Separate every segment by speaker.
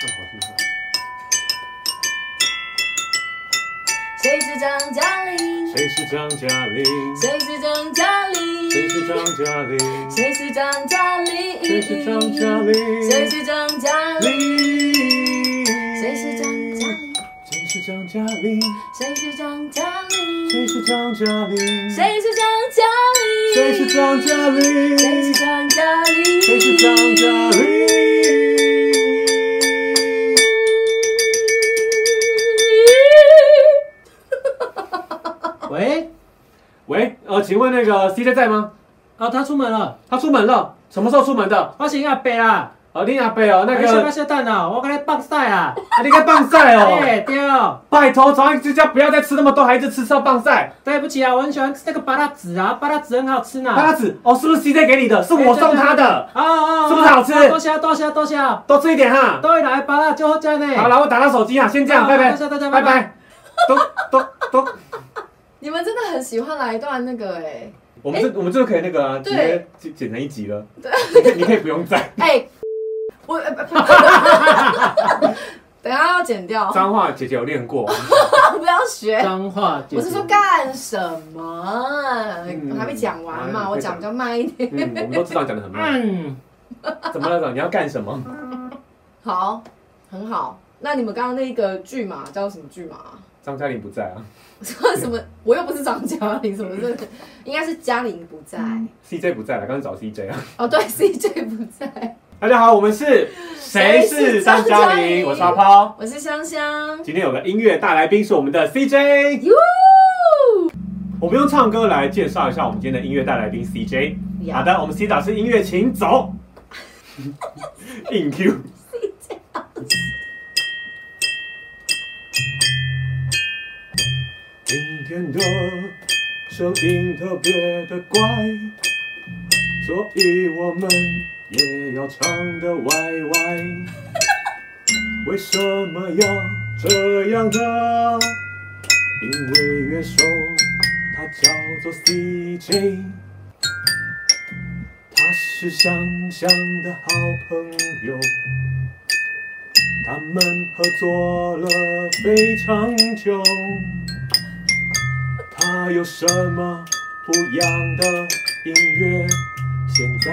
Speaker 1: 这好听好。
Speaker 2: 谁是张嘉玲？
Speaker 1: 谁是张嘉玲？
Speaker 2: 谁是张嘉玲？
Speaker 1: 谁是张嘉玲？
Speaker 2: 谁是张嘉玲？
Speaker 1: 谁是张嘉玲？
Speaker 2: 谁是张嘉玲？
Speaker 1: 玲？
Speaker 2: 谁是张嘉玲？
Speaker 1: 谁是张嘉玲？
Speaker 2: 谁是
Speaker 1: 谁是张
Speaker 2: 张嘉玲？
Speaker 1: 嘉玲？
Speaker 2: 谁是张嘉玲？
Speaker 1: 谁是张嘉玲？
Speaker 2: 谁是张嘉玲？
Speaker 1: 谁是张嘉玲？
Speaker 3: 喂，
Speaker 1: 喂，呃，请问那个 CJ 在吗？
Speaker 3: 哦，他出门了，
Speaker 1: 他出门了，什么时候出门的？
Speaker 3: 我是阿伯啦，
Speaker 1: 哦，你阿伯哦，那
Speaker 3: 那个小巴
Speaker 1: 个，
Speaker 3: 小蛋啊，我跟你放晒啊，
Speaker 1: 啊你该棒晒
Speaker 3: 哎、
Speaker 1: 哦，
Speaker 3: 对，
Speaker 1: 拜托，早上之家不要再吃那么多，还一直吃到棒晒。
Speaker 3: 对不起啊，我很喜欢吃那个巴拉籽啊，巴拉籽很好吃呢，
Speaker 1: 八子哦，是不是 CJ 给你的？是我送他的，
Speaker 3: 啊啊，啊
Speaker 1: 是不是好吃
Speaker 3: 啊多谢啊多谢啊多谢啊，
Speaker 1: 多吃一点哈。
Speaker 3: 都会来巴拉就好吃呢，
Speaker 1: 好了，我打他手机啊，先这样，
Speaker 3: 好
Speaker 1: 拜拜
Speaker 3: 多谢大，家
Speaker 1: 拜
Speaker 3: 拜拜
Speaker 1: 拜，咚咚咚。
Speaker 2: 你们真的很喜欢来一段那个哎、
Speaker 1: 我们这我们这个可以那个啊，直
Speaker 2: 对
Speaker 1: 接剪剪成一集了。你可以你可以不用再
Speaker 2: 哎、我呃不不等一下要剪掉，
Speaker 1: 脏话，姐姐有练过。
Speaker 2: 不要学。
Speaker 3: 脏话姐姐，
Speaker 2: 我是说干什么？
Speaker 1: 嗯
Speaker 2: 我还没讲完
Speaker 1: 哎
Speaker 2: 嘛，我讲比较慢一点。
Speaker 1: 嗯，我们都知道你讲的很慢。
Speaker 3: 嗯，
Speaker 1: 怎么了？你要干什么？
Speaker 2: 好，很好。那你们刚刚那个剧嘛，叫什么剧嘛？
Speaker 1: 张嘉玲不在啊
Speaker 2: 说什么？我又不是张嘉玲，什么是？ 应该是嘉玲不在。
Speaker 1: ，CJ 不在了，刚刚找 CJ 啊。
Speaker 2: 哦，对，CJ 不在。
Speaker 1: 大家好，我们是谁是张嘉
Speaker 2: 谁是张嘉
Speaker 1: 玲？
Speaker 2: 玲
Speaker 1: 我是阿抛。
Speaker 2: 我是香香。
Speaker 1: 今天有个音乐大来宾是我们的 CJ。
Speaker 2: 哟，
Speaker 1: 我们用唱歌来介绍一下我们今天的音乐大来宾 CJ。
Speaker 2: 呀
Speaker 1: 好的，我们 C 导是音乐，请走。 硬 Q。今天的声音特别的怪，所以我们也要唱的歪 歪。为什么要这样的？因为乐手他叫做 CJ，他是香香的好朋友，他们合作了非常久。他有什么不一样的音乐？现在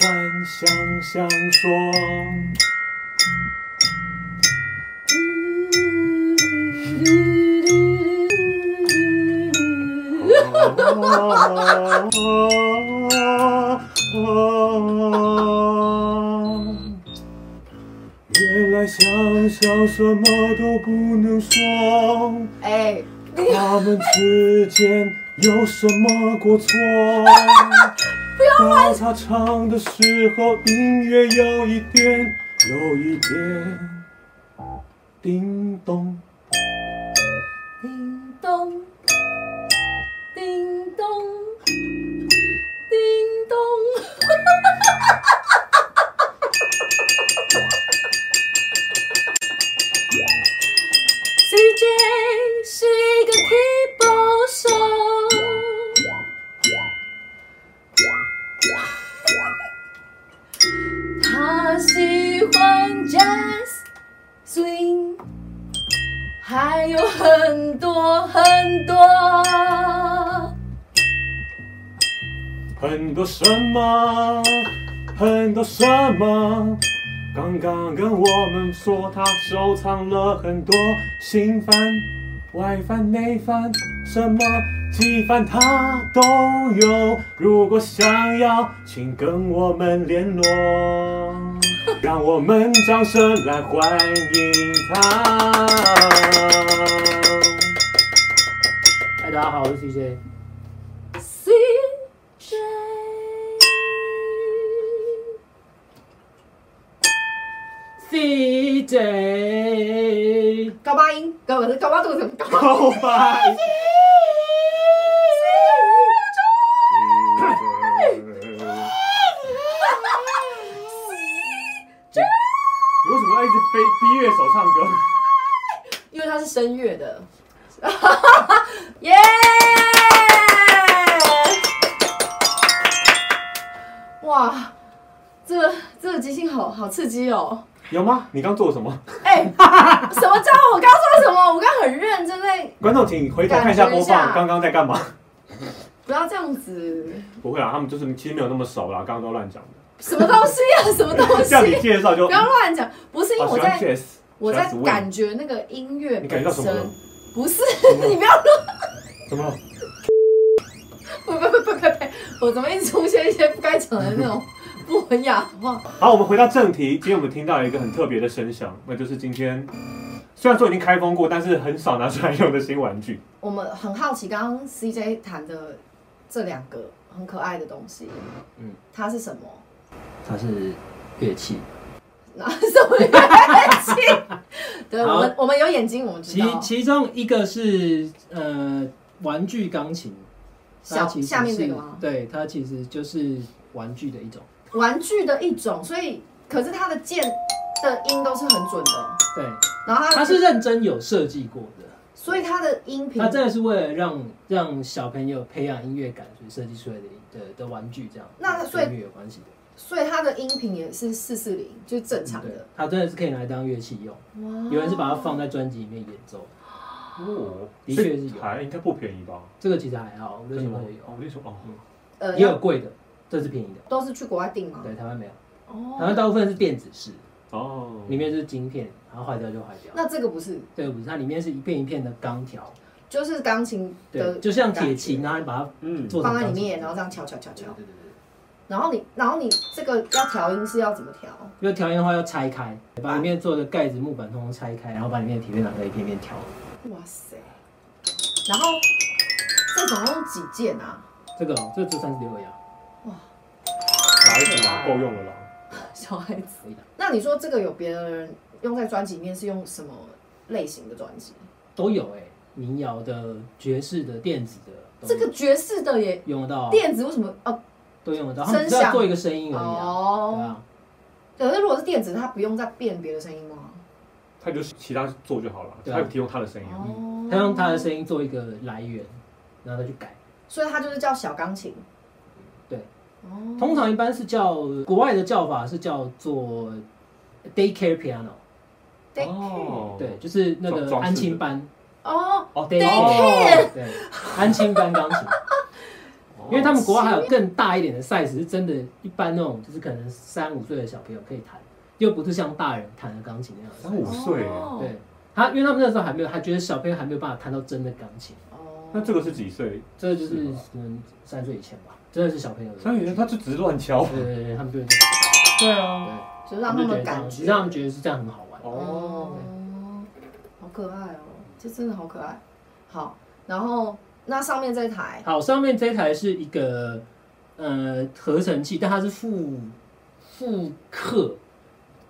Speaker 1: 换香香说。原来想想什么都不能说，
Speaker 2: 哎，
Speaker 1: 他们之间有什么过错？当他唱的时候，音乐有一点，有一点叮咚。
Speaker 2: 叮咚，叮咚，叮 咚。CJ 是一个 keyboard 手，他喜欢 jazz swing，还有很多很多。
Speaker 1: 很多什么，很多什么。刚刚跟我们说他收藏了很多新番、外番、内番，什么几番他都有。如果想要，请跟我们联络。让我们掌声来欢迎他。
Speaker 3: 嗨，大家好，我是 CJ，
Speaker 2: CJ，
Speaker 3: CJ，
Speaker 2: 高八音，高不是高八度怎么高八？
Speaker 1: 告 白。你为什么要一直 逼逼乐手唱歌？
Speaker 2: 因为它是声乐的。 耶！哇，这这个即兴好好刺激哦！
Speaker 1: 有吗？你刚做了什 么？
Speaker 2: 哎、什么叫我刚说什么？我刚很认真在，
Speaker 1: 观众，请回头看一下
Speaker 2: 感觉
Speaker 1: 播
Speaker 2: 一下
Speaker 1: 放，刚刚在干嘛？
Speaker 2: 不要这样子，
Speaker 1: 不会啊啦，他们就是其实没有那么熟啦，刚刚都乱讲的。
Speaker 2: 什么东西啊，什么东
Speaker 1: 叫你
Speaker 2: 西？
Speaker 1: 介绍就
Speaker 2: 不要乱讲，不是因为
Speaker 1: 哦
Speaker 2: 我
Speaker 1: 喜欢
Speaker 2: 在
Speaker 1: jazz，
Speaker 2: 我在
Speaker 1: 喜欢紫薇
Speaker 2: 感觉那个音乐
Speaker 1: 你感
Speaker 2: 本
Speaker 1: 觉到什么了
Speaker 2: 身，不是
Speaker 1: 什么了
Speaker 2: 你不要
Speaker 1: 怎么了？
Speaker 2: 不不不不不不，我怎么一直出现一些不该讲的那种不文雅的话？
Speaker 1: 好，我们回到正题。今天我们听到一个很特别的声响，那就是今天虽然说已经开封过，但是很少拿出来用的新玩具。
Speaker 2: 我们很好奇，刚刚 CJ 谈的这两个很可爱的东西，嗯
Speaker 4: 嗯，
Speaker 2: 它是什么？
Speaker 4: 它是乐器。
Speaker 2: 拿什么乐器？对
Speaker 3: 好
Speaker 2: 我们，我们有眼睛，我们知
Speaker 3: 其
Speaker 2: 道。
Speaker 3: 其中一个是呃玩具钢琴，它
Speaker 2: 小
Speaker 3: 其实
Speaker 2: 下面这
Speaker 3: 是
Speaker 2: 个吗？
Speaker 3: 对它其实就是玩具的一种，
Speaker 2: 玩具的一种，所以可是它的键的音都是很准的，
Speaker 3: 对，
Speaker 2: 然后它
Speaker 3: 它是认真有设计过的，
Speaker 2: 所以它的音频
Speaker 3: 它真的是为了让让小朋友培养音乐感，所以设计出来的的的玩具这样，
Speaker 2: 那所以
Speaker 3: 跟音乐有关系的，
Speaker 2: 所以它的音频也是四四零，就是正常
Speaker 3: 嗯对
Speaker 2: 的。，
Speaker 3: 它真的是可以拿来当乐器用，
Speaker 2: 哇
Speaker 3: 有人是把它放在专辑里面演奏，
Speaker 1: 哦，
Speaker 3: 的确是有
Speaker 1: 还应该不便宜吧？
Speaker 3: 这个其实还好，我们
Speaker 1: 真的吗
Speaker 3: 乐器？
Speaker 1: 哦我就说哦，
Speaker 2: 呃，
Speaker 3: 也有贵的，这是便宜的，
Speaker 2: 都是去国外订吗？
Speaker 3: 对，台湾没有，台湾
Speaker 2: 哦，
Speaker 3: 大部分是电子式，
Speaker 1: 哦，
Speaker 3: 里面就是晶片，然后坏掉就坏掉。
Speaker 2: 那这个不是，
Speaker 3: 对，不是，它里面是一片一片的钢条，
Speaker 2: 就是钢琴
Speaker 3: 对，
Speaker 2: 的
Speaker 3: 就像铁琴啊，你把它
Speaker 1: 嗯，
Speaker 3: 做成
Speaker 2: 放在
Speaker 3: 钢
Speaker 2: 里
Speaker 3: 琴
Speaker 2: 面，然后这样敲敲敲
Speaker 3: 对
Speaker 2: 敲
Speaker 3: 对，对对，
Speaker 2: 然后你然后你这个要调音是要怎么调？
Speaker 3: 因为条件的话要拆开，把里面做的盖子、木板通通拆开，然后把里面的铁片拿出来一片一片调。
Speaker 2: 哇塞！然后这总共几件啊？
Speaker 3: 这个哦，这这三十六个呀，
Speaker 1: 拿一个嘛，够用了啦。
Speaker 2: 小孩子。
Speaker 3: 可以的，
Speaker 2: 那你说这个有别的人用在专辑里面是用什么类型的专辑？
Speaker 3: 都有哎、民谣的、爵士的、电子的，都
Speaker 2: 这个爵士的也
Speaker 3: 用得到啊，
Speaker 2: 电子为什么？哦
Speaker 3: 都用得到，他们只
Speaker 2: 声响
Speaker 3: 要做一个声音而已啊。对
Speaker 2: 哦，
Speaker 3: 啊，
Speaker 2: 可是如果是电子，它不用再辨别的声音吗？
Speaker 1: 他就是其他做就好了，
Speaker 3: 对啊
Speaker 1: 他有提供他的声音啊。
Speaker 2: 哦，
Speaker 3: 他用他的声音做一个来源，然后再去改。
Speaker 2: 所以它就是叫小钢琴。
Speaker 3: 对。
Speaker 2: 哦。
Speaker 3: 通常一般是叫国外的叫法是叫做 daycare piano，
Speaker 2: 对
Speaker 1: 哦，
Speaker 3: 对，，就是那
Speaker 1: 装
Speaker 3: 个
Speaker 1: 装饰
Speaker 3: 安亲班
Speaker 2: 哦，
Speaker 1: 哦
Speaker 3: day
Speaker 1: 哦，
Speaker 3: 对，安亲班钢琴，因为他们国外还有更大一点的 size，是真的，一般那种就是可能三五岁的小朋友可以弹，又不是像大人弹的钢琴那样
Speaker 1: 三五
Speaker 3: 的 size。
Speaker 1: 岁耶，
Speaker 2: 哦
Speaker 3: 对他，因为他们那时候还没有，他觉得小朋友还没有办法弹到真的钢琴，
Speaker 2: 哦，
Speaker 1: 那这个是几岁？
Speaker 3: 这个就是
Speaker 1: 是吧
Speaker 3: 嗯三岁以前吧，真的是小朋友的。
Speaker 1: 三岁，他就只是乱敲。
Speaker 3: 对对对，他们就
Speaker 1: 对啊，
Speaker 2: 就是让他
Speaker 3: 就觉
Speaker 2: 们
Speaker 3: 得这样
Speaker 2: 感觉，
Speaker 3: 让他们觉得是这样很好玩。
Speaker 1: 哦，
Speaker 2: 哦，好可爱哦，这真的好可爱。好，然后那上面这台
Speaker 3: 好，上面这一台是一个呃合成器，但它是复复刻，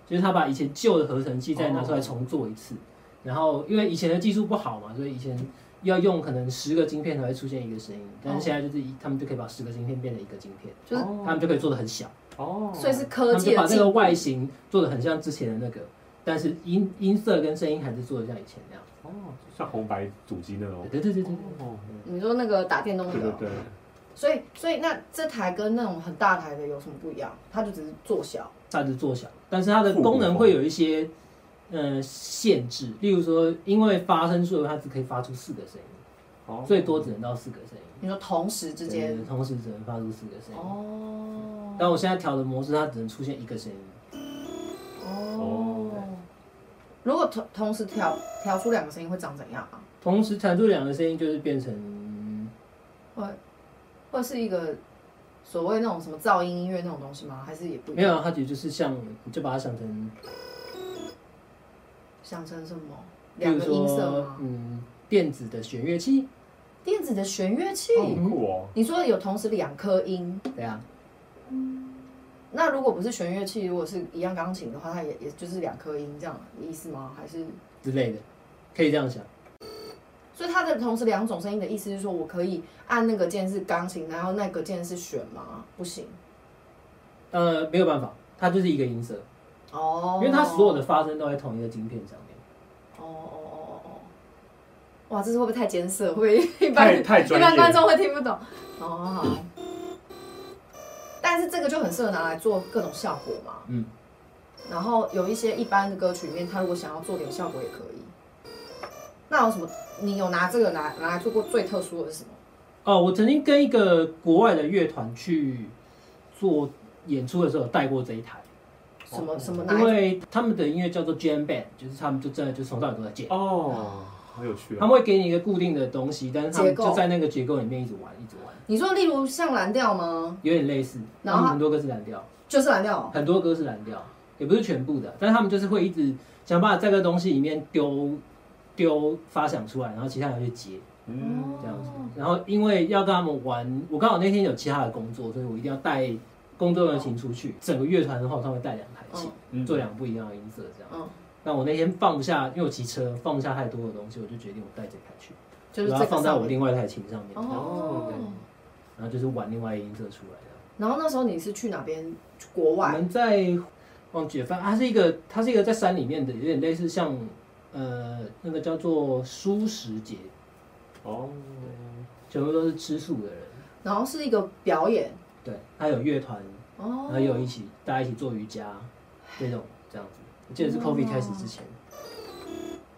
Speaker 3: 就是他把以前旧的合成器再拿出来重做一
Speaker 2: 哦
Speaker 3: 次。然后因为以前的技术不好嘛，所以以前要用可能十个晶片才会出现一个声音，但是现在就是一，他们就可以把十个晶片变成一个晶片，
Speaker 2: 就是
Speaker 3: 他们就可以做的很小，
Speaker 1: 哦，
Speaker 2: 所以是
Speaker 3: 他
Speaker 2: 科
Speaker 3: 们
Speaker 2: 技
Speaker 3: 就把
Speaker 2: 的
Speaker 3: 这
Speaker 2: 哦进
Speaker 3: 个
Speaker 2: 步。
Speaker 3: 外形做的很像之前的那个，但是音音色跟声音还是做的像以前那样。
Speaker 1: 哦，像红白主机那种。
Speaker 3: 对对对对对，
Speaker 1: 哦，
Speaker 2: 你说那个打电动
Speaker 1: 对
Speaker 2: 那个
Speaker 1: 对
Speaker 2: 哦，
Speaker 1: 对，
Speaker 2: 所以所以那这台跟那种很大台的有什么不一样？它就只是做小
Speaker 3: 它是做小，但是它的功能会有一些呃限制，例如说，因为发声数它只可以发出四个声音，
Speaker 1: 哦
Speaker 3: 最多只能到四个声音，
Speaker 2: 你说同时之间
Speaker 3: 对同时只能发出四个声音。
Speaker 2: 哦
Speaker 3: 但我现在调的模式，它只能出现一个声音。
Speaker 2: 哦，如果同同时调调出两个声音会长怎样啊？
Speaker 3: 同时弹出两个声音，就是变成
Speaker 2: 会是一个所谓那种什么噪音音乐那种东西吗？还是也不一
Speaker 3: 没
Speaker 2: 样
Speaker 3: 有，它其实就是像，你就把它想成，
Speaker 2: 想成什么
Speaker 3: 比
Speaker 2: 两
Speaker 3: 如
Speaker 2: 个音色
Speaker 3: 说
Speaker 2: 吗，？
Speaker 3: 嗯，电子的弦乐器，
Speaker 2: 电子的弦乐器，
Speaker 1: 哦很酷哦。
Speaker 2: 你说有同时两颗音，
Speaker 3: 对啊，
Speaker 2: 那如果不是弦乐器，如果是一样钢琴的话，它也也就是两颗音这样的意思吗？还是
Speaker 3: 之类的，可以这样想。
Speaker 2: 所以它的同时两种声音的意思是说，我可以按那个键是钢琴，然后那个键是弦吗？不行
Speaker 3: 呃，没有办法，它就是一个音色，
Speaker 2: 哦
Speaker 3: 因为它所有的发声都在同一个晶片上面。
Speaker 2: 哦哦哦哦哦，哇，这是会不会太艰涩？会不会一般
Speaker 1: 太太
Speaker 2: 一
Speaker 1: 专
Speaker 2: 般
Speaker 1: 业
Speaker 2: 观
Speaker 1: 了，
Speaker 2: 众会听不懂？哦，好。但是这个就很适合拿来做各种效果嘛。
Speaker 3: 嗯。
Speaker 2: 然后有一些一般的歌曲里面，他如果想要做点效果也可以。那有什么？你有拿这个拿拿来做过最特殊的是什么？
Speaker 3: 哦，我曾经跟一个国外的乐团去做演出的时候，有带过这一台，
Speaker 2: 什
Speaker 1: 哦
Speaker 2: 么什么哪
Speaker 3: 因
Speaker 2: 一？
Speaker 3: 为他们的音乐叫做 Jam Band，就是他们就真的就从头到尾都在 jam，
Speaker 1: 哦，好有趣
Speaker 3: 他
Speaker 1: 啊！
Speaker 3: 们会给你一个固定的东西，但是他
Speaker 2: 结
Speaker 3: 们
Speaker 2: 构
Speaker 3: 就在那个结构里面一直玩，一直玩，
Speaker 2: 你说例如像蓝调吗？
Speaker 3: 有点类似。
Speaker 2: 然后
Speaker 3: 他们
Speaker 2: 他
Speaker 3: 很多歌是蓝调，
Speaker 2: 就是蓝调哦、
Speaker 3: 很多歌是蓝调，也不是全部的，但是他们就是会一直想办法在这个东西里面丢丢发想出来，然后其他人去接。
Speaker 1: 嗯，
Speaker 3: 这样子。然后因为要跟他们玩，我刚好那天有其他的工作，所以我一定要带工作人员琴出
Speaker 2: 哦
Speaker 3: 去。整个乐团的话，他会带两台琴，
Speaker 1: 嗯
Speaker 3: 做两不一样的音色这样。
Speaker 2: 嗯，
Speaker 3: 那我那天放不下，因为我骑车放不下太多的东西，我就决定我带这台去，
Speaker 2: 就是这
Speaker 3: 我要
Speaker 2: 个
Speaker 3: 放在
Speaker 2: 上
Speaker 3: 我
Speaker 2: 面
Speaker 3: 另外一台琴上面，
Speaker 2: 哦
Speaker 3: 对。然后就是玩另外一个音色出来的。
Speaker 2: 然后那时候你是去哪边？国
Speaker 3: 我
Speaker 2: 外？
Speaker 3: 们在忘记了，反正它是一个，它是一个在山里面的，有点类似像呃那个叫做蔬食节，
Speaker 1: 哦，
Speaker 3: 全部都是吃素的人。
Speaker 2: 然后是一个表演
Speaker 3: 对，它有乐团，
Speaker 2: 哦
Speaker 3: 然，后有一起大家一起做瑜伽这种这样子。
Speaker 2: 哦
Speaker 3: 我记得是 COVID 开始之前，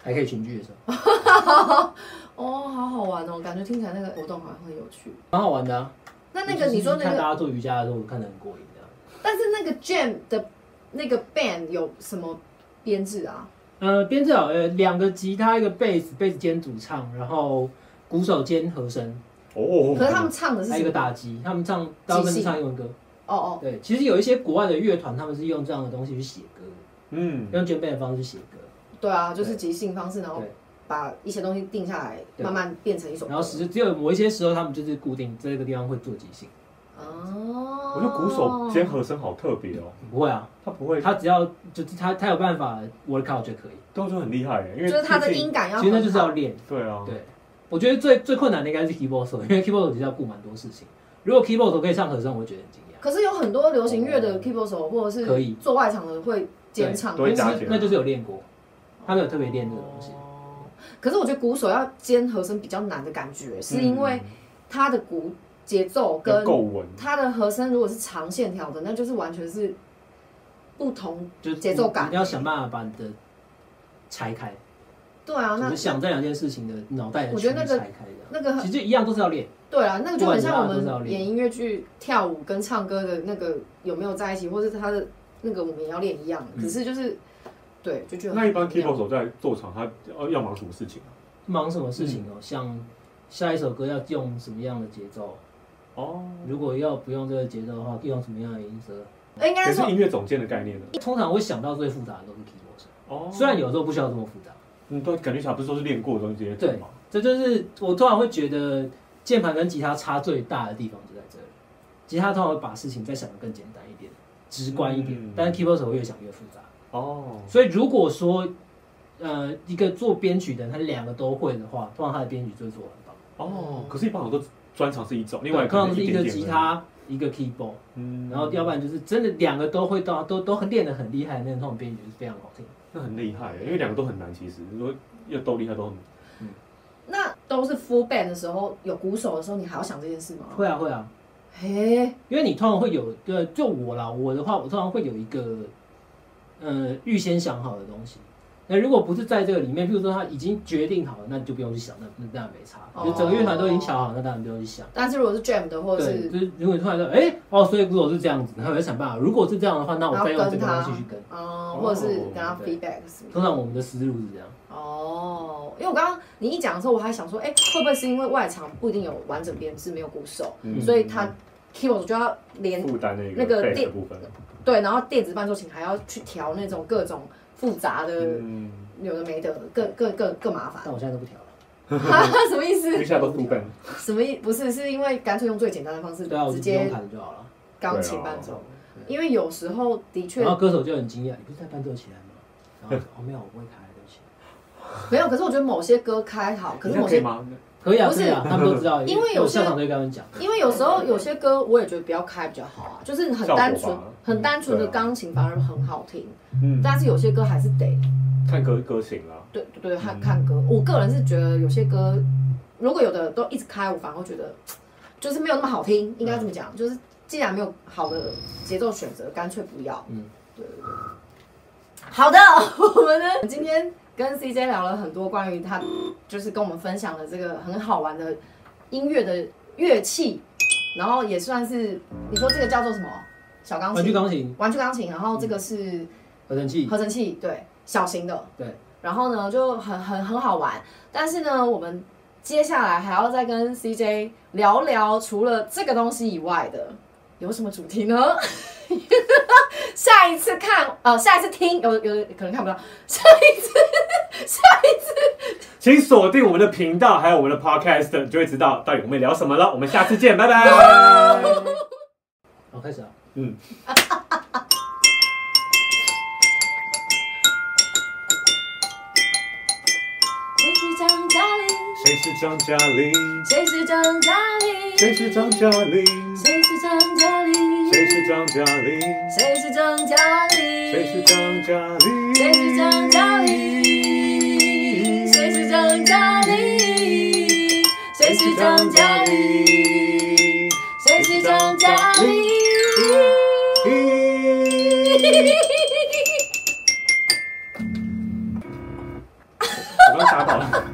Speaker 3: 还可以群聚的时候，
Speaker 2: 哦，好好玩哦，感觉听起来那个活动好像很有趣。
Speaker 3: 蛮好玩的、啊。
Speaker 2: 那那个你说那
Speaker 3: 看大
Speaker 2: 个，
Speaker 3: 家做瑜伽的时候，我看得很过瘾这样。
Speaker 2: 但是那个 jam 的那个 band 有什么编制啊？
Speaker 3: 呃，编制好，呃，两个吉他，一个贝斯，贝斯兼主唱，然后鼓手兼和声，
Speaker 1: 哦，
Speaker 2: 可是他们唱的是
Speaker 3: 还有
Speaker 2: 什
Speaker 3: 一个
Speaker 2: 么？
Speaker 3: 打击。他们唱大部分是唱英文歌。
Speaker 2: 哦哦，
Speaker 3: 对，其实有一些国外的乐团，他们是用这样的东西去写歌，
Speaker 1: 嗯，
Speaker 3: 用卷 a 的方式写歌。
Speaker 2: 对啊，就是即兴方式，然后
Speaker 3: 对
Speaker 2: 把一些东西定下来，
Speaker 3: 对
Speaker 2: 慢慢变成一首歌。
Speaker 3: 然后只只有某一些时候，他们就是固定这个地方会做即兴。
Speaker 2: 哦，
Speaker 1: 我觉得鼓手兼和声好特别哦，
Speaker 3: 不会啊，
Speaker 1: 他不会，
Speaker 3: 他只要就是他他有办法 work out 就可以，
Speaker 1: 动作很厉害耶，因
Speaker 2: 就
Speaker 1: 为
Speaker 2: 是他的
Speaker 1: 毕竟
Speaker 2: 音感要
Speaker 3: 其实那
Speaker 2: 很
Speaker 3: 就是
Speaker 2: 好
Speaker 3: 要。练。
Speaker 1: 对啊，
Speaker 3: 对，我觉得最最困难的应该是 keyboard 手，因为 keyboard 手其实要顾蛮多事情。如果 keyboard 手可以上和声，我会觉得很惊讶。
Speaker 2: 可是有很多流行乐的 keyboard 手或者
Speaker 3: 可
Speaker 2: 是
Speaker 3: 以
Speaker 2: 做外场的会兼唱
Speaker 1: 都，会
Speaker 3: 那
Speaker 1: 加啊
Speaker 3: 就是
Speaker 1: 减
Speaker 3: 那就是有练过，他们有特别练这个东西。
Speaker 2: 哦可是我觉得鼓手要兼和声比较难的感觉，是因为他的鼓节奏
Speaker 1: 嗯要
Speaker 2: 跟
Speaker 1: 够稳，
Speaker 2: 它的和声如果是长线条的，那就是完全是不同。
Speaker 3: 就是
Speaker 2: 节奏感
Speaker 3: 你要想办法把你的拆开，
Speaker 2: 对啊，
Speaker 3: 就
Speaker 2: 那
Speaker 3: 是想这两件事情的脑袋的
Speaker 2: 我觉得
Speaker 3: 区
Speaker 2: 那
Speaker 3: 域
Speaker 2: 个
Speaker 3: 拆开这样。
Speaker 2: 那个
Speaker 3: 其实一样都是要练，
Speaker 2: 对啊，那个就很像我
Speaker 3: 不管你拉多少
Speaker 2: 们
Speaker 3: 力
Speaker 2: 演音乐剧跳舞跟唱歌的那个有没有在一起，或者是他的那个我们也要练一样的。
Speaker 3: 嗯
Speaker 2: 可是就是对，就觉得
Speaker 1: 那一般
Speaker 2: 很妙
Speaker 1: keyboard 手在做场，他要要忙什么事情啊？
Speaker 3: 忙什么事情
Speaker 2: 嗯
Speaker 3: 哦？像下一首歌要用什么样的节奏？
Speaker 1: 哦，
Speaker 2: 嗯
Speaker 3: 如果要不用这个节奏的话，用什么样的音色？
Speaker 2: 哎应该
Speaker 1: 也
Speaker 2: 说
Speaker 1: 是音乐总监的概念呢。啊
Speaker 3: 通常会想到最复杂的都是 keyboard 手，
Speaker 1: 哦，
Speaker 3: 虽然有时候不需要这么复杂。
Speaker 1: 你都感觉起来不是都是练过的东西直接做吗？
Speaker 3: 这就是我突然会觉得键盘跟吉他差最大的地方就在这里。吉他通常会把事情再想得更简单一点、直观一点，
Speaker 1: 嗯
Speaker 3: 但是 keyboard 手会越想越复杂。
Speaker 1: 哦，
Speaker 3: 所以如果说，呃，一个做编曲的人他两个都会的话，通常他的编曲就会做得很棒。
Speaker 1: 哦，可是一般好多专长是一种，另外
Speaker 3: 对通
Speaker 1: 可
Speaker 3: 常
Speaker 1: 能
Speaker 3: 是一
Speaker 1: 点
Speaker 3: 个
Speaker 1: 点
Speaker 3: 吉
Speaker 1: 而已，
Speaker 3: 他一个 keyboard，
Speaker 1: 嗯
Speaker 3: 然后要不然就是真的两个都会到，都都很练得很厉害，那种编曲就是非常好听。
Speaker 1: 那很厉害耶，欸因为两个都很难，其实你说要都厉害都很
Speaker 2: 那都是 full band 的时候，有鼓手的时候，你还要想这件事吗？
Speaker 3: 会啊会啊，
Speaker 2: 嘿，
Speaker 3: 因为你通常会有，呃，就我啦，我的话，我通常会有一个，呃，预先想好的东西。那如果不是在这个里面，譬如说他已经决定好了，那你就不用去想，那那当然没差。
Speaker 2: 哦
Speaker 3: 就整个乐团都已经想好了，那当然不用去想。
Speaker 2: 但是如果是 jam 的或者
Speaker 3: 对，
Speaker 2: 是
Speaker 3: 就是如果你突然说，哎、哦，所以鼓手是这样子，那我就想办法。如果是这样的话，那我再用这个东西去跟。
Speaker 2: 嗯，或者是跟他
Speaker 3: 哦对
Speaker 2: feedback 是不是
Speaker 3: 通常我们的思路是这样，
Speaker 2: 啊哦，因为我刚刚你一讲的时候，我还想说，哎、会不会是因为外场不一定有完整编制，没有鼓手，
Speaker 1: 嗯
Speaker 2: 所以他 keyboard 就要连
Speaker 3: 嗯
Speaker 1: 负担那个
Speaker 2: 那个
Speaker 1: bass
Speaker 2: 电
Speaker 1: 的部分，
Speaker 2: 对，然后电子伴奏琴还要去调那种各种复杂的，
Speaker 1: 嗯，
Speaker 2: 有的没的，更更更更麻烦。
Speaker 3: 但我现在都不调了。
Speaker 2: 什么意思
Speaker 1: 因？为现在都负担，
Speaker 2: 什么意？不是，是因为干脆用最简单的方式，
Speaker 3: 对啊，我
Speaker 2: 直
Speaker 3: 就不用
Speaker 2: 接
Speaker 3: 弹就好了。
Speaker 1: 啊
Speaker 2: 钢琴伴奏。因为有时候的确
Speaker 3: 然后歌手就很惊讶，你不是在伴奏起 来吗？啊然后我说哦，没有，我不会开，对不起。
Speaker 2: 没有，可是我觉得某些歌开好，可
Speaker 1: 你
Speaker 2: 是
Speaker 1: 看
Speaker 2: 某
Speaker 1: 可以
Speaker 2: 些
Speaker 1: 吗？
Speaker 3: 可以啊，
Speaker 2: 不是
Speaker 3: 可以啊，他们都知道。
Speaker 2: 因为有
Speaker 3: 我
Speaker 2: 些
Speaker 3: 下场就会跟他们讲。
Speaker 2: 因为有时候有些歌我也觉得不要开比较好啊，就是很单
Speaker 1: 效
Speaker 2: 纯
Speaker 1: 果吧、
Speaker 2: 很单纯的
Speaker 1: 对啊
Speaker 2: 钢琴反而很好听，
Speaker 1: 嗯，
Speaker 2: 但是有些歌还是得
Speaker 1: 看歌歌型啦，
Speaker 2: 对对对
Speaker 3: 嗯
Speaker 2: 看看歌。我个人是觉得有些歌，如果有的都一直开，我反而会觉得就是没有那么好听，应
Speaker 3: 嗯
Speaker 2: 该这么讲，就是既然没有好的节奏选择，干脆不要。
Speaker 3: 嗯，
Speaker 2: 对对对。好的， 我们呢今天跟 CJ 聊了很多关于他，就是跟我们分享了这个很好玩的音乐的乐器，然后也算是你说这个叫做什么小钢
Speaker 3: 玩具
Speaker 2: 琴，
Speaker 3: 钢琴、
Speaker 2: 玩具钢琴，然后这个是
Speaker 3: 合成器，
Speaker 2: 合成器，对，小型的，
Speaker 3: 对。
Speaker 2: 然后呢，就很很很好玩，但是呢，我们接下来还要再跟 CJ 聊聊除了这个东西以外的有什么主题呢？ 下一次看，呃，下一次听，有有可能看不到，下一次，下一次，
Speaker 1: 请锁定我们的频道，还有我们的 podcast，你就会知道到底我们聊什么了。我们下次见，拜拜。
Speaker 3: 好开始啊。
Speaker 1: 嗯，
Speaker 2: 谁是张嘉玲？
Speaker 1: 谁是张嘉玲？
Speaker 2: 谁是张嘉玲？
Speaker 1: 谁是张嘉玲？
Speaker 2: 谁是张嘉玲？
Speaker 1: 谁是张嘉玲？
Speaker 2: 谁是张嘉玲？
Speaker 1: 谁是张嘉玲？
Speaker 2: 谁是张嘉玲？谁是张嘉玲？谁是张嘉玲？谁是张嘉 玲？
Speaker 1: 我刚吓到了。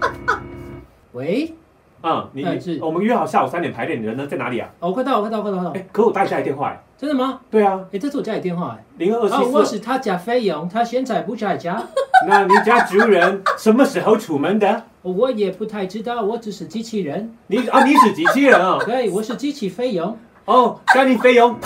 Speaker 3: 喂，
Speaker 1: 嗯，你
Speaker 3: 哎是
Speaker 1: 你我们约好下午三点排练，你人呢在哪里啊？
Speaker 3: 哦，快到了，快到了，快到了，快到
Speaker 1: 哎
Speaker 3: 了，，
Speaker 1: 可我打你家里电话哎。
Speaker 3: 真的吗？
Speaker 1: 对啊，
Speaker 3: 哎，这是我家里电话哎。
Speaker 1: 零二
Speaker 3: 啊，
Speaker 1: 二
Speaker 3: 我
Speaker 1: 七四。
Speaker 3: 是他家菲佣，他现在不在家，
Speaker 1: 那你家主人什么时候出门的？
Speaker 3: 我也不太知道，我只是机器 人。
Speaker 1: 你啊，你是机器人啊？
Speaker 3: 对，我是机器菲佣。
Speaker 1: 哦，家里费用。